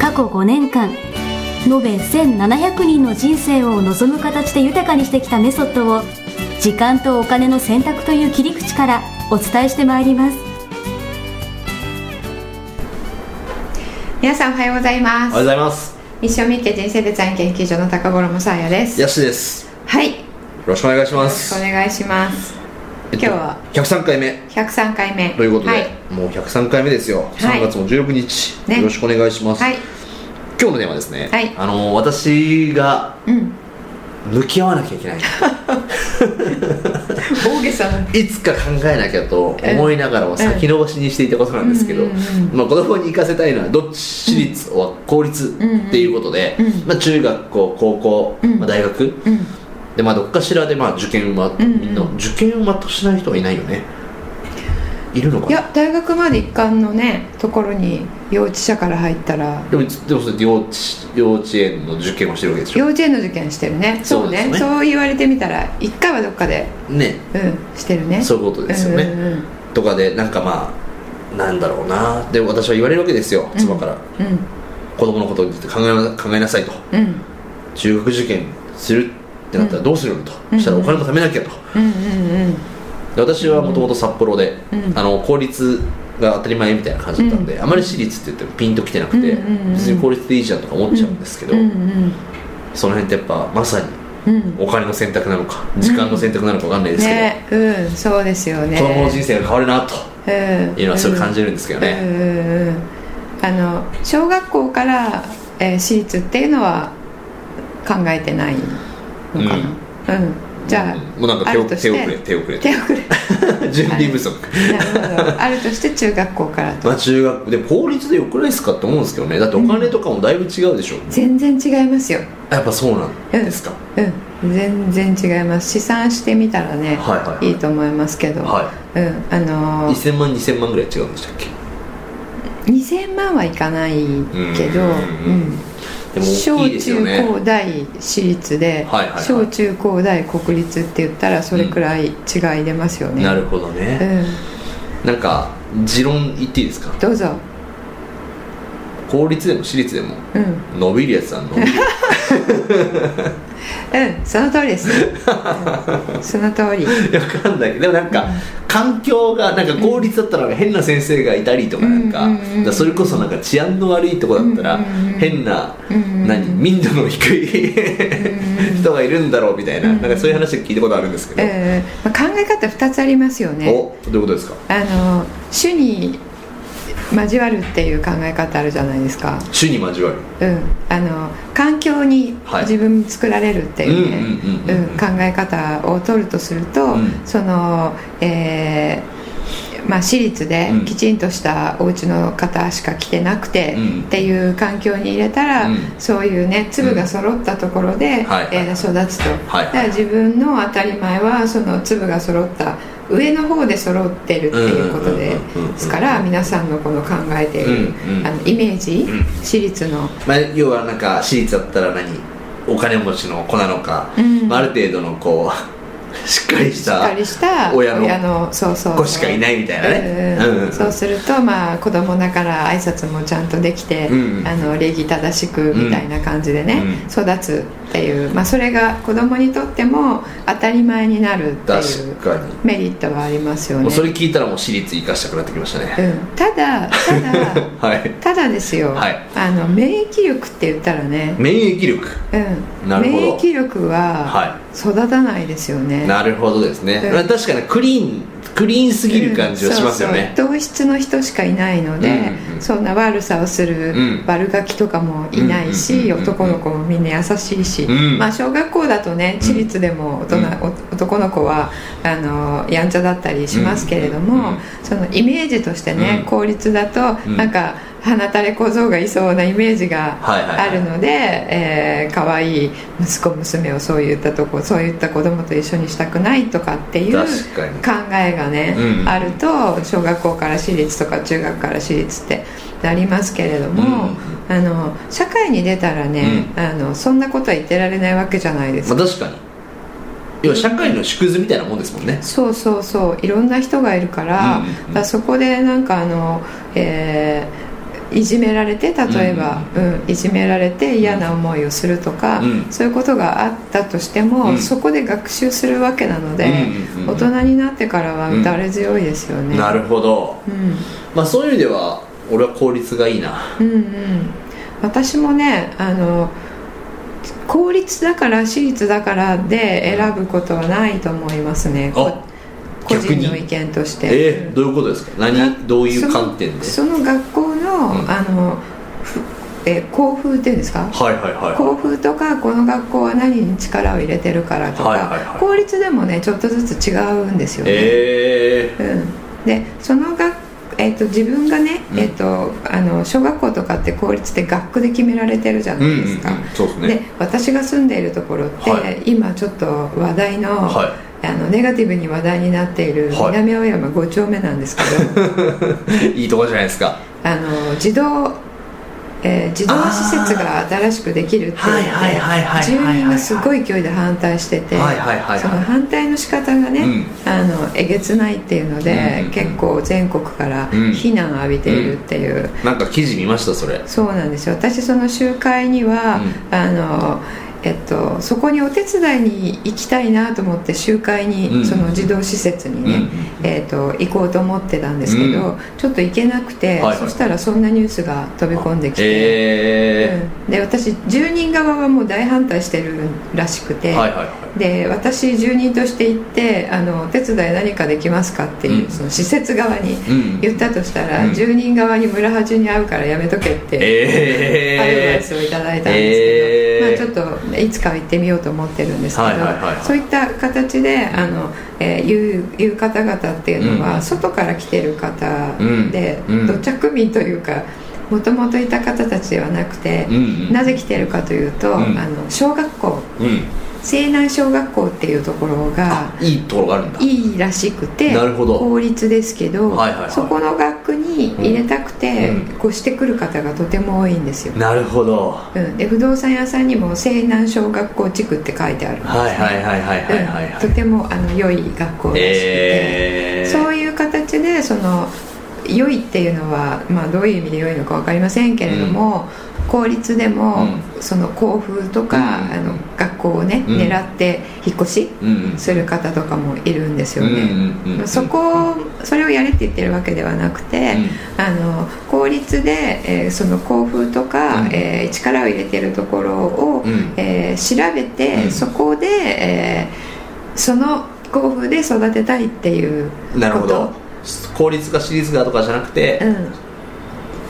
過去5年間延べ1700人の人生を望む形で豊かにしてきたメソッドを時間とお金の選択という切り口からお伝えしてまいります皆さんおはようございますおはようございます。ミッションミッケ人生デザイン研究所の高頃もさあやですヤシです。よはいよろしくお願いしまろしす。くお願いしますえっと今日は103回目103回目ということで、はい、もう103回目ですよ。3月も16日、ねよろしくお願いします。はい今日のテーマですね。はいあの私がうん向き合わなきゃいけない。大げさないつか考えなきゃと思いながらも先延ばしにしていたことなんですけど、うんうんまあ、子供に行かせたいのはどっち私立は公立っていうことで、うんうんまあ、中学校高校、うんまあ、大学うんで、まあ、どっかしらでまあ受験は、んうんみんな受験はとしない人はいないよねいるのかいなや大学まで一貫のねところに幼稚舎から入ったらでもでもそれ幼稚幼稚園の受験をしてるわけでし幼ょ稚園の受験してるねそうねそうそうですね言われてみたら一回はどっかでねうんしてるねそういうことですようんねうんうんとかでなんかまあなんだろうなで私は言われるわけですよ妻から、子供のことについて考えな考えなさいとうんうん中学受験するってなったらどうするのと、そしたらお金も貯めなきゃとうんうんうんで私はもともと札幌で、うんあの公立が当たり前みたいな感じだったんで、あまり私立って言ってもピンときてなくて、うんうんうん別に公立でいいじゃんとか思っちゃうんですけど、うんその辺ってやっぱまさにうんうんお金の選択なのか時間の選択なのか分かんないですけど、ねうんそうですよね子供の人生が変わるなとうんいうのはすごい感じるんですけどうんうね、んうんあの小学校から、えー私立っていうのは考えてないのかなうん、じゃあ、もうなんかあ手るをと手し遅てれ手遅れ手遅れ準備不足、なるほどあるとして中学校からとまあ中学で公立でよくないですかって思うんですけどねだってお金とかもだいぶ違うでしょ、全然違いますよやっぱそうなんですか、うん全然違います試算してみたらね、はいはいはいいと思いますけど、はうんあいのー1000万2000万ぐらい違うんでしたっけ2000万はいかないけど、うんでも小大きいですよ中ね高大私立で、はいはいはい小中高大国立って言ったらそれくらい違い出ますよね、うん、なるほどね、なんか持論言っていいですかどうぞ公立でも私立でもうんう伸びるやつは伸びるんその通りです、うんその通りわかんないけどでもなんか環境がなんか公立だったらなんか変な先生がいたりとかなんか,、うんうんうんうんそれこそなんか治安の悪いとこだったらうんうんうん変な、うんうん何民度の低い 人がいるんだろうみたいな,、なんかそういう話は聞いたことあるんですけど、うんまあ、考え方2つありますよねおどういうことですかあの種に交わるっていう考え方あるじゃないですか主に交わるうん、あの環境にはい自分作られるっていううんうんうんうねんうん考え方を取るとすると、うんその、えーまあ、私立でうんきちんとしたお家の方しか来てなくて、うんっていう環境に入れたら、うんそういうね粒が揃ったところで、はいえー育つと、はいだから自分の当たり前はその粒が揃った上の方で揃ってるっていうことでうんうんうんうんうんすから皆さんのこの考えている、うんうんあのイメージ、うん私立のまあ、要はなんか私立だったら何お金持ちの子なのか、うんまあ、ある程度のこう しっかりししったかりした親のそうそう子しかいないみたいなねうんうんうんそうするとまあ子供だから挨拶もちゃんとできて、うんうんあの礼儀正しくみたいな感じでね、うん育つっていう、まあ、それが子供にとっても当たり前になるってい確うかに、メリットはありますよもねうそれ聞いたらもう私立生かしたくなってきましたうね、ん、ただた だはいただですよ、はいあの免疫力って言ったらね、免疫力うん、なるほ免ど疫力はは育たないですよね、なるほどですね、うんまあ確かにクリーンクリーンすぎる感じはしますよね、うんそうそう同質の人しかいないので、うんうんそんな悪さをするうん悪ガキとかもいないし、うんうんうんうん男の子もみんな優しいし、うんまあ、小学校だとね私立でも大人、お男の子はあのやんちゃだったりしますけれども、うんうんそのイメージとしてね、うん公立だとうんなんか、鼻垂れ小僧がいそうなイメージがはいはいはいあるので、えー可愛い息子娘をそういったとこそういった子供と一緒にしたくないとかっていう考確かにえがね、うんあると小学校から私立とか中学から私立ってなりますけれども、あの社会に出たらね、あのそんなことは言ってられないわけじゃないですまかあ、確かに要は社会の縮図みたいなもんですもんねそうそうそういろんな人がいるから,、うんうんうんそこでなんかあの、えーいじめられて例えば、うんいじめられて嫌な思いをするとか、うんそういうことがあったとしても、うんそこで学習するわけなので、うんうんう大ん人になってからは打たれ強いですよね、なるほどうんまあそういう意味では俺は効率がいいなうんうん、私もねあの公立だから私立だからで選ぶことはないと思いますねこあ個逆人にの意見として、えうんー、どういうことですか何どういう観点でそのその学校の,、うんあのふえー校風っていうんですかはいはいはい校風とかこの学校は何に力を入れてるからとか、はいはいはい公立でもねちょっとずつ違うんですよね、えうん、でその学えー、と自分がね、うんえー、とあの小学校とかって公立って学区で決められてるじゃー、なうんいですか、うんうんそうですねで私が住んでいるところって、はい今ちょっと話題の,、はあのネガティブに話題になっているはい南青山5丁目なんですけど、 いいとこじゃないですかあの児童、えー児童施設が新しくできるっていうのはいはいはいはいはいはいはでい住民がすごい勢いで反対してて、はいはいはいはいその反対の仕方がね、うんあのえげつないっていうので、うんうん結構全国からうん非難を浴びているっていう。なんか記事見ましたそれそうなんですよ私その集会には、あのえっと、そこにお手伝いに行きたいなと思って集会に、うんその児童施設にうんね、うんえっと行こうと思ってたんですけど、うちょっと行けなくて、はいはいそしたらそんなニュースが飛び込んできて、えうんで私住人側はもう大反対してるらしくて、ー、はいはいはいで私住人として行ってあのお手伝い何かできますかっていう、うんその施設側にうん言ったとしたら、うん住人側に村八に会うからやめとけってアドバイえスをいただいたんですけえーど、まあ、ちょっといつか行ってみようと思ってるんですけど、はいはいはいはいそういった形であの、えー言う言う方々っていうのは、うん外から来てる方で、うんうん土着民というかもともといた方たちではなくて、うんうんなぜ来てるかというと、うんあの小学校ー、うん西南小学校っていうところがいいところがあるんだいいらしくてなるほど公立ですけど、はいはいはいそこの学区に入れたくて、うんこうしてくる方がとても多いんですよ、なるほどはうん、で不動産屋さんにも西南小学校地区って書いてあるんいですねはいはいはいはいはいうんはといてもあの良い学校らしくて、えー、そういう形でその良いっていうのは、まあ、どういう意味で良いのか分かりませんけれども、公立でも、その校風とか、うんあの学校をね、うん狙って引っ越しうんうんする方とかもいるんですようんね、うんうんまあそこをそれをやれって言ってるわけではなくて、あの公立で、えーその校風とか、うんえー力を入れてるところを、うんえー調べて、うんそこで、えーその校風で育てたいっていうことなるほど公立か私立かとかじゃなくて、うん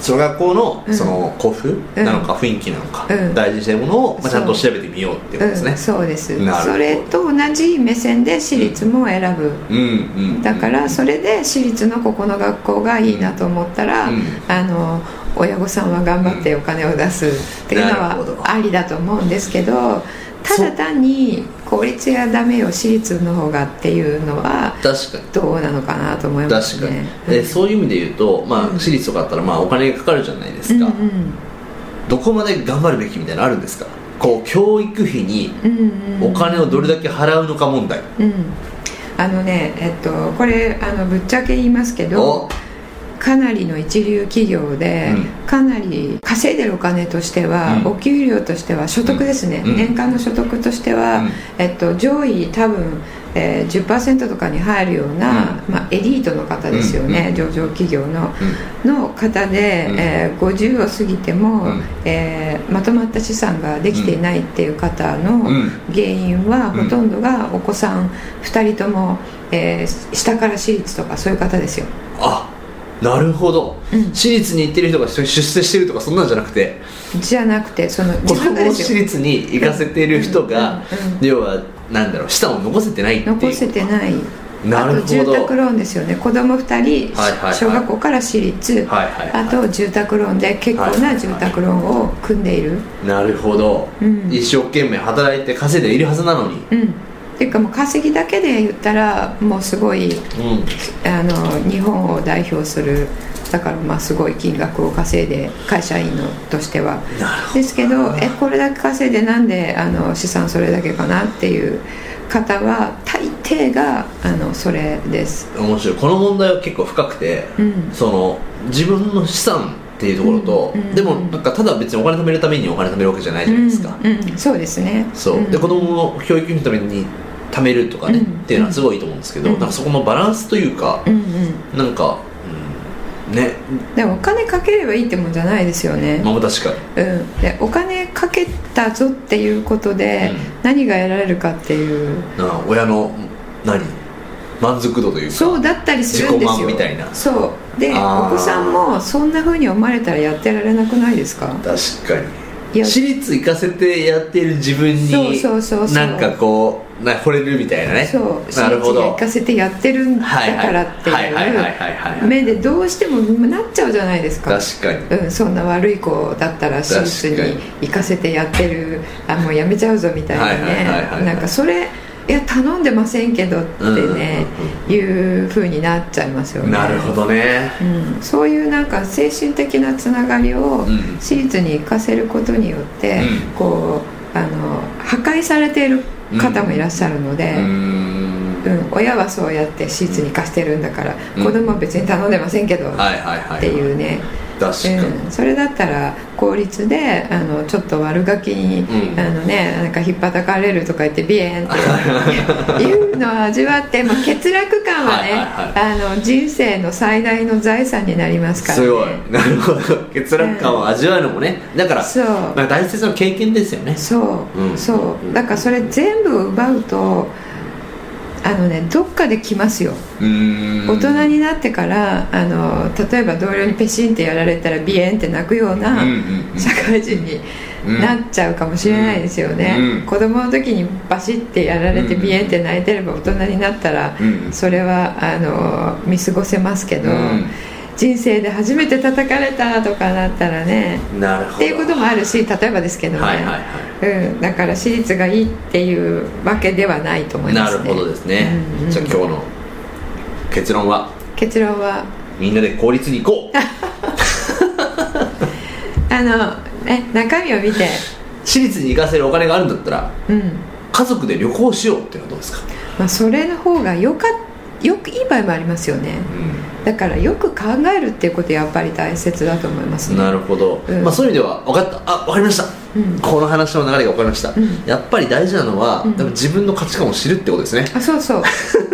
小学校うんのその校風なのか雰囲気なのか、うん大事にしてるものを、まあ、ちゃんと調べてみようっていうことですうねん、、そうですなるほどそれと同じ目線で私立も選ぶ、うんうんうんだからそれで私立のここの学校がいいなと思ったら、うんあの親御さんは頑張ってお金を出すっていうのなるほはどありだと思うんですけどただ単に公立がダメよ私立の方がっていうのは確かにどうなのかなと思いま確すかに、ね。でそういう意味で言うと、まあうん私立とかだったらまあお金がかかるじゃないですか、うんうんどこまで頑張るべきみたいなのあるんですかこう教育費にうんうんお金をどれだけ払うのか問題、うんあのねえっとこれあのぶっちゃけ言いますけどおかなりの一流企業で、うかなり稼いでるお金としては、うんお給料としては所得ですね、うん年間の所得としては、うんえっと、上位多分、えー、10%とかに入るような、まあ、エリートの方ですよね、うん上場企業の。の方で、うんえー50を過ぎても、うんえーまとまった資産ができていないっていう方のうん原因は、うんほとんどがお子さん2人とも、えー下から私立とかそういう方ですよあなるほど、うん私立に行ってる人が出世してるとかそんなんじゃなくてじゃなくてその自子分が供でをす私よ立に行かせてる人がうんうんうん要はなんだろう舌を残せてないっていう残せてないなあるとほど住宅ローンですよね子供2人、はいはいはい小学校から私立、はいはいはいあと住宅ローンで結構な住宅ローンを組んでいる、なるほど、うん一生懸命働いて稼いでいるはずなのにうんっていうかもう稼ぎだけで言ったらもうすごいうんあの日本を代表するだからまあすごい金額を稼いで会社員のとしてはなるほですけどえこれだけ稼いでなんであの資産それだけかなっていう方は大抵があのそれですど面白いこの問題は結構深くて、うんその自分の資産っていうところと、うんうんでもなんかただ別にお金貯めるためにお金貯めるわけじゃないじゃないですか、うんうんそうですねそう、んで子供の教育費のために貯めるとかね、うんっていうのはすごいいいと思うんですけど、うんなんかそこのバランスというかう、んうんなんか、うん、ねでもお金かければいいってもんじゃないですよねまあ確かにうん、でお金かけたぞっていうことでうん何が得られるかっていう、なんか親の何満足度というかそうだったりするんです自己満よみたいなそうであーお子さんもそんな風に思われたらやってられなくないですか確かいにや私立行かせてやってる自分にそうそうそうそうなんかこうな惚れるみたいなねそうなるほ私立がど行かせてやってるんだはいはいからってはいはいはいはいはいいう目でどうしてもなっちゃうじゃないですか確かにうん、そんな悪い子だったら私立確にか行かせてやってるあもうやめちゃうぞみたいなはいはいはいはいねなんかそれいや頼んでませんけどってね、いう風になっちゃいますよねなるほどねうん、そういうなんか精神的なつながりをうん私立に行かせることによって、うんこうあの破壊されている方もいらっしゃるのうで、ーんうん、親はそうやって私立に貸してるんだから、うん子供は別に頼んでませんけど、はいはいはいっていうね、確かに、うん、それだったら公立であのちょっと悪ガキに、うんあのねなんかひっぱたかれるとか言ってビエン っていうのを味わって、まあ、欠落感はねはあいの人生の最大の財産になりますから、ね、すごいなるほど欠落感を味わうのもねだからそうなんか大切な経験ですよねそう、うんそうだからそれ全部奪うとあのねどっかで来ますようーん大人になってからあの例えば同僚にペシンってやられたらビエンって泣くようなうんうんうん社会人にうんなっちゃうかもしれないですよね、うん子供の時にバシッてやられてうんビエンって泣いてれば大人になったらうんそれはあの見過ごせますけど、うん人生で初めて叩かれたとかなったらねなるほどっていうこともあるし例えばですけどね、はいはういん、だから私立がいいっていうわけではないと思はいいまなす、るね、ほどですねうんうんじゃあ今日の結論は結論はみんなで効率に行 こうあのえ中身を見て私立に行かせるお金があるんだったらうん、家族で旅行しようっていうのはどうですかまあ、それの方がよかよくいい場合もありますよねだからよく考えるっていうことやっぱり大切だと思いますねなるほど、うんまあ、そういう意味では分かったあ分かりました、うんこの話の流れが分かりました、んやっぱり大事なのは、うんやっぱ自分の価値観を知るってことですね、あそうそう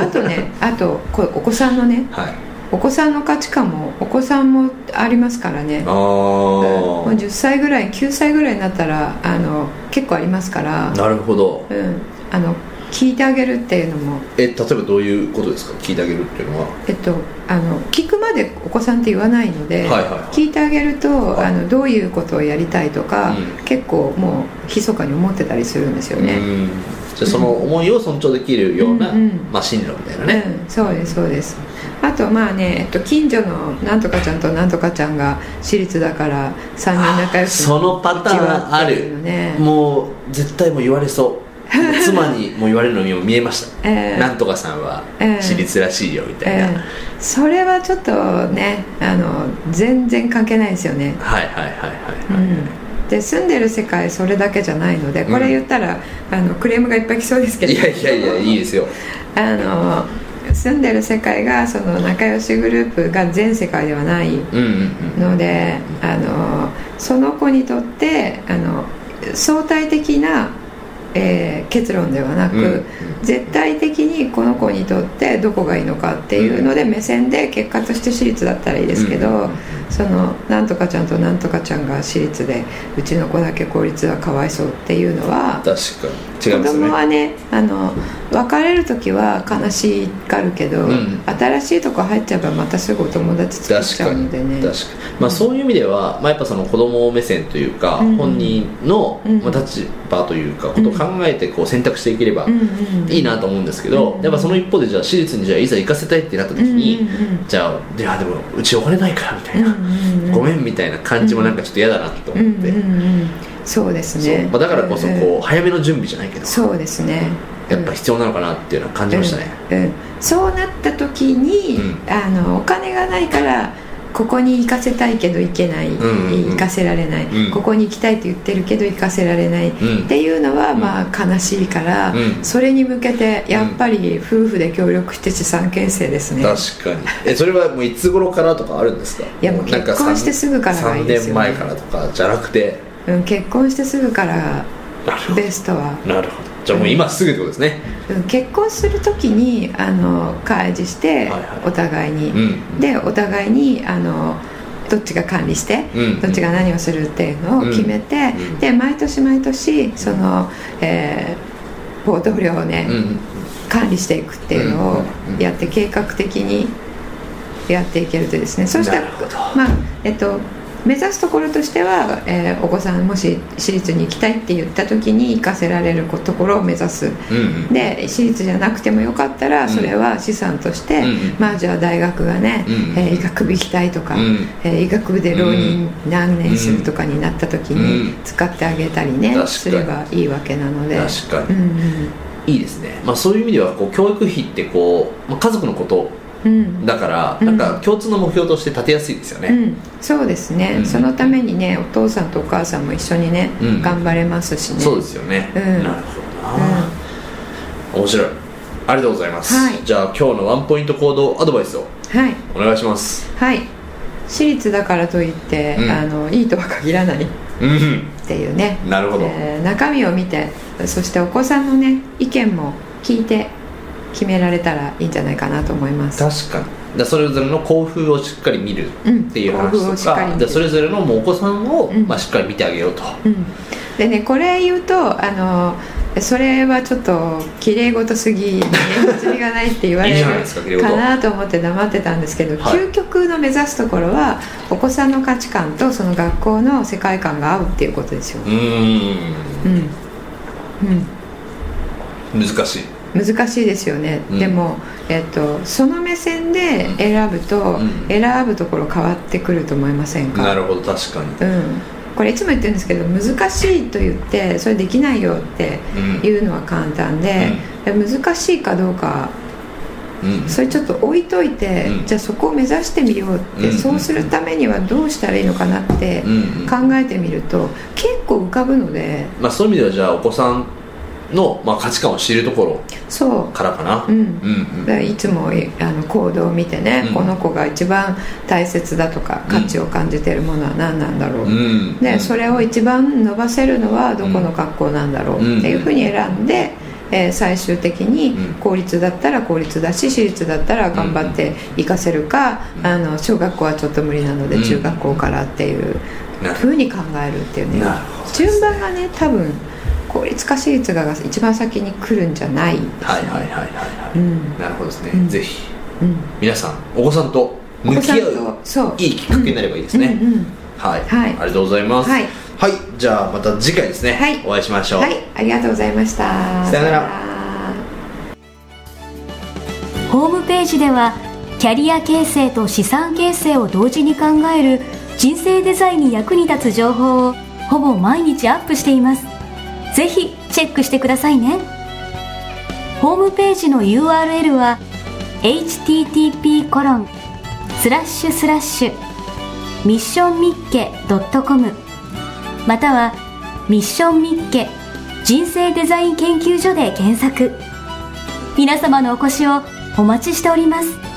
あとねあとこお子さんのねはいお子さんの価値観もお子さんもありますからねあうんもうー10歳ぐらい9歳ぐらいになったらあの結構ありますから、なるほどうん、あの聞いてあげるっていうのも、え例えばどういうことですか聞いてあげるっていうのはえっと、あの聞くまでお子さんって言わないので、はいはいはい聞いてあげるとはいあのどういうことをやりたいとか、う結構もう密かに思ってたりするんですよね。うんじゃあその思いを尊重できるような、うんうんまあ、進路みたいなね、うん、そうですそうですあとまあね、えっと、近所のなんとかちゃんとなんとかちゃんが私立だから3人仲良くそのパターうンあちはっていうるのねもう絶対もう言われ そうもう妻にも言われるのにも見えました、ええなんとかさんはええ私立らしいよみたいな、ええそれはちょっとねあの全然関係ないですよね、はいはいはいはい、うはいん、で住んでる世界それだけじゃないのでこうれん言ったら、あのクレームがいっぱい来そうですけどいやいやいやいいですよあの住んでる世界がその仲良しグループが全世界ではないうんうんのであのその子にとってあの相対的な、えー結論ではなく、うんうん絶対的にこの子にとってどこがいいのかっていうので、目線で結果として私立だったらいいですけど、うんそのなんとかちゃんとなんとかちゃんが私立でうちの子だけ公立はかわいそうっていうのは確かに違い子ますよね供はねあの別れる時は悲しがるけど、うん新しいとこ入っちゃえばまたすぐお友達作っ確ちゃかうにのでね確かに、まあ、そういう意味では、まあ、やっぱその子供目線というか、うん本人の、うんまあ、立場というかことを考えてこう選択していければうんうんいいなと思うんですけど、うんやっぱその一方でじゃあ私立にじゃあいざ行かせたいってなった時に、じゃあいやでもうちお金ないからみたいな、ごめんみたいな感じもなんかちょっと嫌だなとう思んっうんて、うんそうですそうねまあ、だからこそうんこう早めの準備じゃないけど、そうですねやっぱ必要なのかなっていうのは感じましたね、うんうんそうなった時に、うあのお金がないからここに行かせたいけど行けない、うんうんうん行かせられない、うんここに行きたいと言ってるけど行かせられない、んっていうのはうんまあ悲しいから、うんそれに向けてやっぱり夫婦で協力して資産形成ですね、確かにえそれはもういつ頃からとかあるんですかいやもうなんか結婚してすぐからがいいですよね3年前からとかじゃなくてうん、結婚してすぐからなるほベストは、どなるほどじゃあもう今すぐってことですねうん、結婚する時にあの開示して、はいはいお互いに、うんでお互いにあのどっちが管理して、うんどっちが何をするっていうのを決めて、うんで毎年毎年その、えーポートフォリオをね、うん管理していくっていうのをやって計画的にやっていけるとですねそうしたらなるほどまあえっと目指すところとしては、えーお子さんもし私立に行きたいって言った時に行かせられるところを目指すうんうんで私立じゃなくてもよかったらそれは資産として、うんうんまあじゃあ大学がね、うんえー医学部行きたいとか、うんえー医学部で浪人何年するとかになった時にうん使ってあげたりね、確かにすればいいわけなので確かうに、んいいですね、まあ、そういう意味ではこう教育費ってこう、まあ、家族のことうんうんだから、うんなんか共通の目標として立てやすいですようね、ん、そうですね、うんそのためにねお父さんとお母さんも一緒にね、うん頑張れますしねそうですよね、うんなるほどな、面白いありがとうございます、はいじゃあ今日のワンポイント行動アドバイスをはいお願いしますはい私立だからといって、うんあのいいとは限らないっうんていうね、なるほど、えー中身を見てそしてお子さんのね意見も聞いて決められたらいいんじゃないかなと思います確かにだそれぞれの校風をしっかり見るっていううん校風を話しとっかり見か,、るでそれぞれのもうお子さんを、うんまあ、しっかり見てあげようと、うん、でねこれ言うとあのそれはちょっと綺麗事すぎ釣りがないって言わいいれじるゃないですか綺麗事かなと思って黙ってたんですけど、はい究極の目指すところはお子さんの価値観とその学校の世界観が合うっていうことですよう。ーうん、うんん難しい難しいですよね、うんでも、えっとその目線で選ぶと、うん選ぶところ変わってくると思いませんかなるほど確かにうん、これいつも言ってるんですけど難しいと言ってそれできないよって言うのは簡単で、で難しいかどうかうんそれちょっと置いといて、うんじゃあそこを目指してみようって、うんそうするためにはどうしたらいいのかなってうんうん考えてみると結構浮かぶのでまあ、そういう意味ではじゃあお子さんの、まあ、価値観を知るところそうからかな、うんうんだからいつもいあの行動を見てね、うんこの子が一番大切だとか価値を感じてるものは何なんだろう、うんでそれを一番伸ばせるのはどこの学校なんだろううんっていうふうに選んで、えー最終的うんに公立だったら公立だし私立だったら頑張って行かせるか、うんあの小学校はちょっと無理なのうでん中学校からっていうなるふうに考えるっていうねなるほど順番がね多分公立か私立が一番先に来るんじゃないですねはいはいはいはいはい、うんなるほどですね、うんぜひうん皆さんお子さんとお向子きさん合とうそういいきっかけになればいいですね、うんうんはい、はいありがとうございますはい、はいじゃあまた次回ですね、はいお会いしましょう、はいありがとうございましたさよなららホームページではキャリア形成と資産形成を同時に考える人生デザインに役に立つ情報をほぼ毎日アップしていますぜひチェックしてくださいねホームページの URL は http コロンスラッシュスラッシュミッションミッケ .com またはミッションミッケ人生デザイン研究所で検索皆様のお越しをお待ちしております